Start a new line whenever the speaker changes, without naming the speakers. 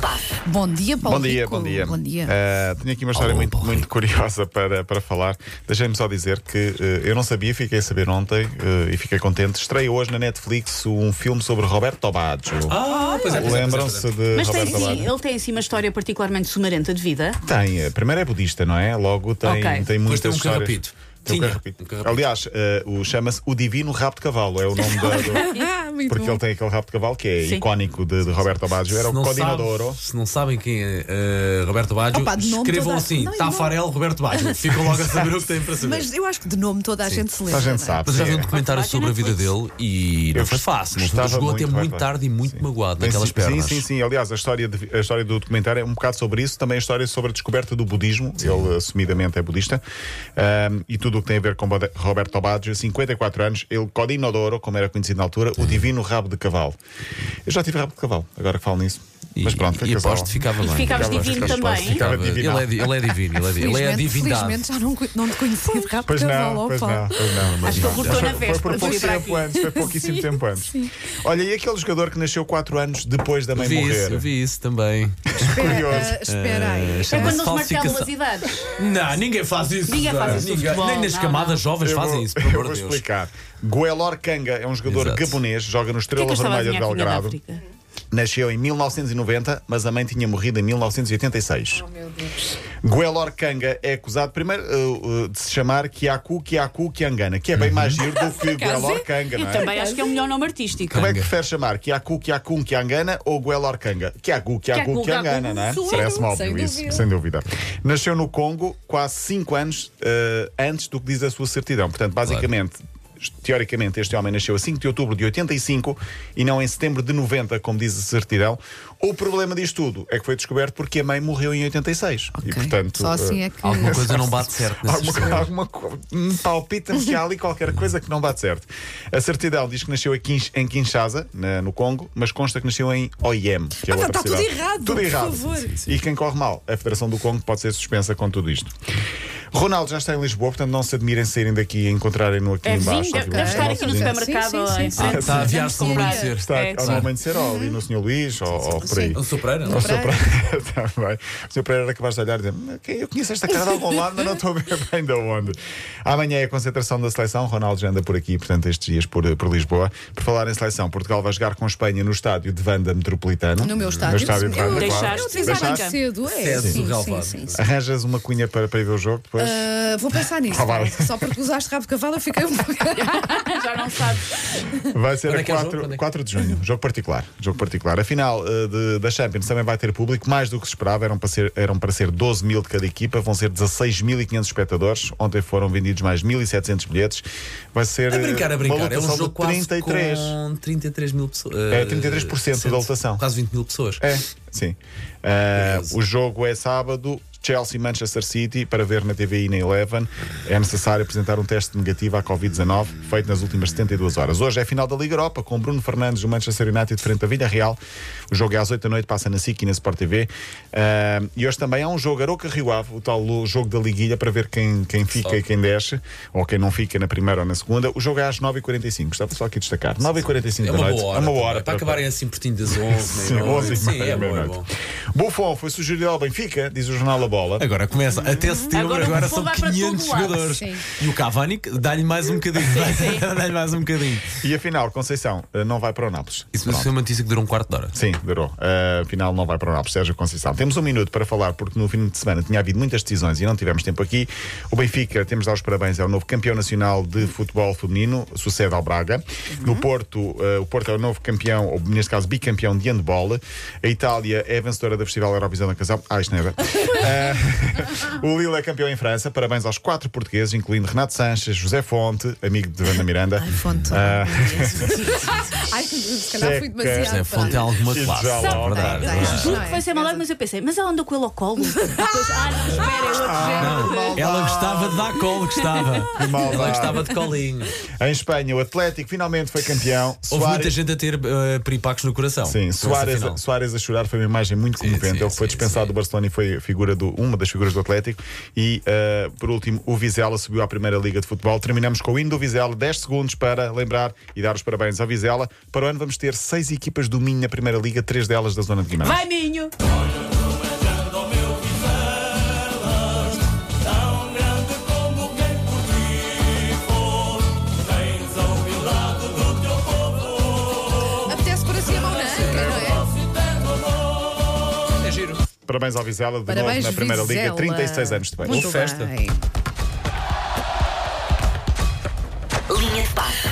Paf.
Bom dia, Paulo
Bom dia,
Rico.
bom dia.
Bom dia.
Ah, tenho aqui uma história
Olá,
muito,
Paulo
muito curiosa para, para falar. Deixem-me só dizer que eh, eu não sabia, fiquei a saber ontem eh, e fiquei contente. Estreia hoje na Netflix um filme sobre Roberto Baggio.
Ah, pois é, pois é,
Lembram-se
pois é, pois é.
de
Mas tem,
Roberto
sim,
Baggio?
ele tem assim uma história particularmente sumarenta de vida.
Tem, eh, primeiro é budista, não é? Logo tem,
Ok.
tem
Depois
muitas
tem um
histórias.
carrapito.
Tem um
Tinha.
carrapito.
Um carrapito.
Aliás, eh, o- chama-se O Divino Rabo de Cavalo, é o nome da, do-
Ah, muito
Porque
bom.
ele tem aquele rabo de cavalo que é
Sim.
icónico de, de Roberto Baggio. Era
Se
o
não
Codinodoro.
sabe- Se não sabem quem é eh, Roberto Baggio,
Opa, de nome
escrevam
toda-
assim:
não, e
Tafarel Roberto Baggio. Ficam logo a saber o que têm para saber.
Mas eu acho que de nome toda a gente se lembra.
A gente
não é?
sabe.
Mas já
sim,
vi um
é.
documentário sobre a vida dele e
Eu
não foi
gostava-
fácil. Não foi-
gostava
Jogou até
vai,
muito
vai.
tarde e muito
Sim.
magoado
Tem
naquelas
sim,
pernas.
Sim, sim, sim. Aliás, a história, de- a história do documentário é um bocado sobre isso, também a história sobre a descoberta do budismo. Ele assumidamente é budista. Ahm, e tudo o que tem a ver com Bode- Roberto Baggio, 54 anos, ele Codinodoro, como era conhecido na altura, o divino rabo de cavalo. Eu já tive rabo de cavalo, agora que falo nisso.
E,
Mas pronto, foi
e
casal.
aposto que ficava
E
bem.
ficavas
Ficava-
divino
ficava-
também.
ficava
Ele,
divinal.
é, di- ele é divino, ele é, di- ele é a
Felizmente,
divindade.
felizmente já não, cu- não te conhecia de rabo
Pois
de
não,
cavalo, ó,
pois
Paulo.
não, pois não.
Acho que ele cortou na
Foi por
véspera.
pouco
para
tempo
aqui.
antes, foi pouquíssimo tempo antes.
sim.
Olha, e aquele jogador que nasceu 4 anos depois da mãe
Vi
morrer?
isso, vi isso também.
Espera,
Curioso.
ah, espera aí.
Eh,
É
chama-
quando
Mas
eles marcavam
falsificação.
as idades.
Não, ninguém faz isso.
Ninguém faz
Zé.
isso no
Ninguém-
futebol,
Nem nas
não,
camadas
não.
jovens
Eu
fazem
vou-
isso, pelo amor
Eu vou
de Deus.
explicar. Goelor Kanga é um jogador
Exato.
gabonês, joga no
O que é que
Estrela
eu estava a
Vermelha de
adivinhar que vinha da
Belgrado.
África?
Nasceu em 1990, mas a mãe tinha morrido em
Oh,
1986.
Meu Deus.
Goelor Kanga é acusado, primeiro, uh, uh, de se chamar Kiaku Kiaku Kiangana, que é
Uhum.
bem mais giro do que Goelor Kanga,
Eu
não é?
também acho que é o melhor nome artístico.
Como é que prefere chamar? Kiaku Kiaku Kiangana ou Goelor Kanga? Kiaku Kiaku
Kiaku,
Kiangana, não é?
Kiaku,
Parece-me
sem
óbvio isso,
dúvida.
sem dúvida. Nasceu no Congo quase 5 anos uh, antes do que diz a sua certidão. Portanto, basicamente. Teoricamente, este homem nasceu a 5 de outubro de 85 e não em setembro de 90, como diz a certidão. O problema disto tudo é que foi descoberto porque a mãe morreu em 86.
Ok,
E, portanto,
Só assim
uh,
é que.
Alguma coisa não bate certo nessas
Alguma,
coisas.
alguma co- um me palpita-me que há ali qualquer coisa que não bate certo. A certidão diz que nasceu aqui em- em Kinshasa, na- no Congo, mas consta que nasceu em OIM. Que
Ah,
é
tá,
outra
está tudo
cidade.
errado,
Tudo
por
errado.
favor. Sim,
E quem corre mal, a Federação do Congo pode ser suspensa com tudo isto. Ronaldo já está em Lisboa, portanto não se admirem saírem daqui e encontrarem-no aqui
É
embaixo.
vizinho, deve, deve
obviamente.
estar aqui no
Nosso vizinho.
supermercado.
Sim, sim,
em
sim, tá,
Ah,
frente.
Está a viagem como
Comprar.
amanhecer.
Está
É,
ao amanhecer, ou ali no Sr. Luís, ou, ou por aí.
O Sopreira? não?
O Sr. Pereira também. O Sr. Pereira era capaz de olhar e dizer: "Hum, ok, Eu conheço esta cara de algum lado, mas não estou a ver bem de onde. Amanhã é a concentração da seleção. Ronaldo já anda por aqui, portanto, estes dias por, por Lisboa. Por falar em seleção, Portugal vai jogar com Espanha no estádio de Vanda Metropolitano.
No meu estádio.
de
Eu-
Vanda,
eu-
claro.
Eu
Deixaste-
tenho
Deixaste?
mais cedo. É,
Cedo,
sim, sim,
Galvão.
sim, sim.
Arranjas uma cunha para, para ir ver o jogo depois?
Ah, vou pensar nisso.
Ah, vale.
Só porque usaste rabo de cavalo, eu fiquei um pouco.
Já não sabes.
Vai ser
Quando
a
é que é o jogo?
4,
Quando é que-
4 de junho, jogo particular. Jogo particular. A final eh, de- da Champions também vai ter público, mais do que se esperava. Eram para ser, eram para ser 12 mil de cada equipa, vão ser 16.500 espectadores. Ontem foram vendidos mais 1.700 bilhetes. Vai ser.
A brincar,
eh,
a
uma
brincar. É um
lotação de
jogo quase
33.
com 33 mil pessoas. eh,
É, 33% da lotação.
Quase 20 mil pessoas.
É, sim. Eh,
Curioso.
o jogo é sábado. Chelsea Manchester City para ver na TVI na Eleven é necessário apresentar um teste negativo à Covid-19 feito nas últimas 72 horas. Hoje é a final da Liga Europa com Bruno Fernandes do Manchester United frente a Vila Real. O jogo é às 8 da noite, passa na SIC e na Sport TV. Eh, e hoje também há um jogo Aroca Rio Ave, o tal lo- jogo da Liguilha para ver quem, quem fica e quem desce ou quem não fica na primeira ou na segunda. O jogo é às 9h45, estava só aqui a destacar. 9h45
É
da
uma
noite.
boa hora.
é uma
também.
hora
Para acabarem assim pertinho das 11.
Sim,
meia-noite.
11
Sim, é bom, é bom.
meia-noite. Buffon foi sugerido ao Benfica, diz o jornal A Bola.
Agora começa, até setembro,
Agora
agora,
o Buffon
são
vai para todo
500
lado,
jogadores.
sim.
E o Cavani dá-lhe mais um bocadinho. dá-lhe mais um bocadinho.
E afinal, Conceição eh, não vai para o Nápoles.
Isso foi uma notícia que durou um quarto de hora.
Sim, durou. Eh, afinal, não vai para o Nápoles, Sérgio Conceição. Temos um minuto para falar, porque no fim de semana tinha havido muitas decisões e não tivemos tempo aqui. O Benfica, temos de dar os parabéns, é o novo campeão nacional de futebol feminino, sucede ao Braga. No Porto, eh, o Porto é o novo campeão, ou neste caso bicampeão de handball. A Itália é a vencedora da Festival Eurovisão da Casal. Ah, isto não é verdade. O Lille é campeão em França. Parabéns aos quatro portugueses, incluindo Renato Sanches, José Fonte, amigo de Wanda Miranda.
Ai, fonte.
Ah.
Ai, se calhar fui
Seca.
demasiado.
José Fonte é
tarde.
alguma
Sim,
classe.
já lá,
é verdade.
tem, tem.
Juro
Não
que
é?
vai ser malandro, mas eu pensei, mas ela andou com ele ao colo. Depois, ah, não, espera, é outro género.
Não, ela gostava de dar colo, gostava.
maldade.
Ela gostava de colinho.
Em Espanha, o Atlético finalmente foi campeão.
Houve muita
Soares,
gente a ter eh, peripacos no coração.
sim,
nessa
Soares,
final.
Soares a chorar foi uma imagem muito comovente.
sim,
Ele foi
sim,
dispensado do Barcelona e foi a figura do, o- uma das figuras do Atlético. E eh, por último, o Vizela subiu à primeira Liga de Futebol. Terminamos com o hino do Vizela, 10 segundos para lembrar e dar os parabéns ao Vizela. Para o ano vamos ter seis equipas do Minho na primeira Liga, três delas da zona de Guimarães.
Vai, Minho!
Apetece por assim a mão na anca, não é?
É giro.
Parabéns ao Vizela, de
Parabéns,
novo na primeira Liga,
Vizela.
36 anos depois.
Muito
Boa festa.
bem.
Linha de passe.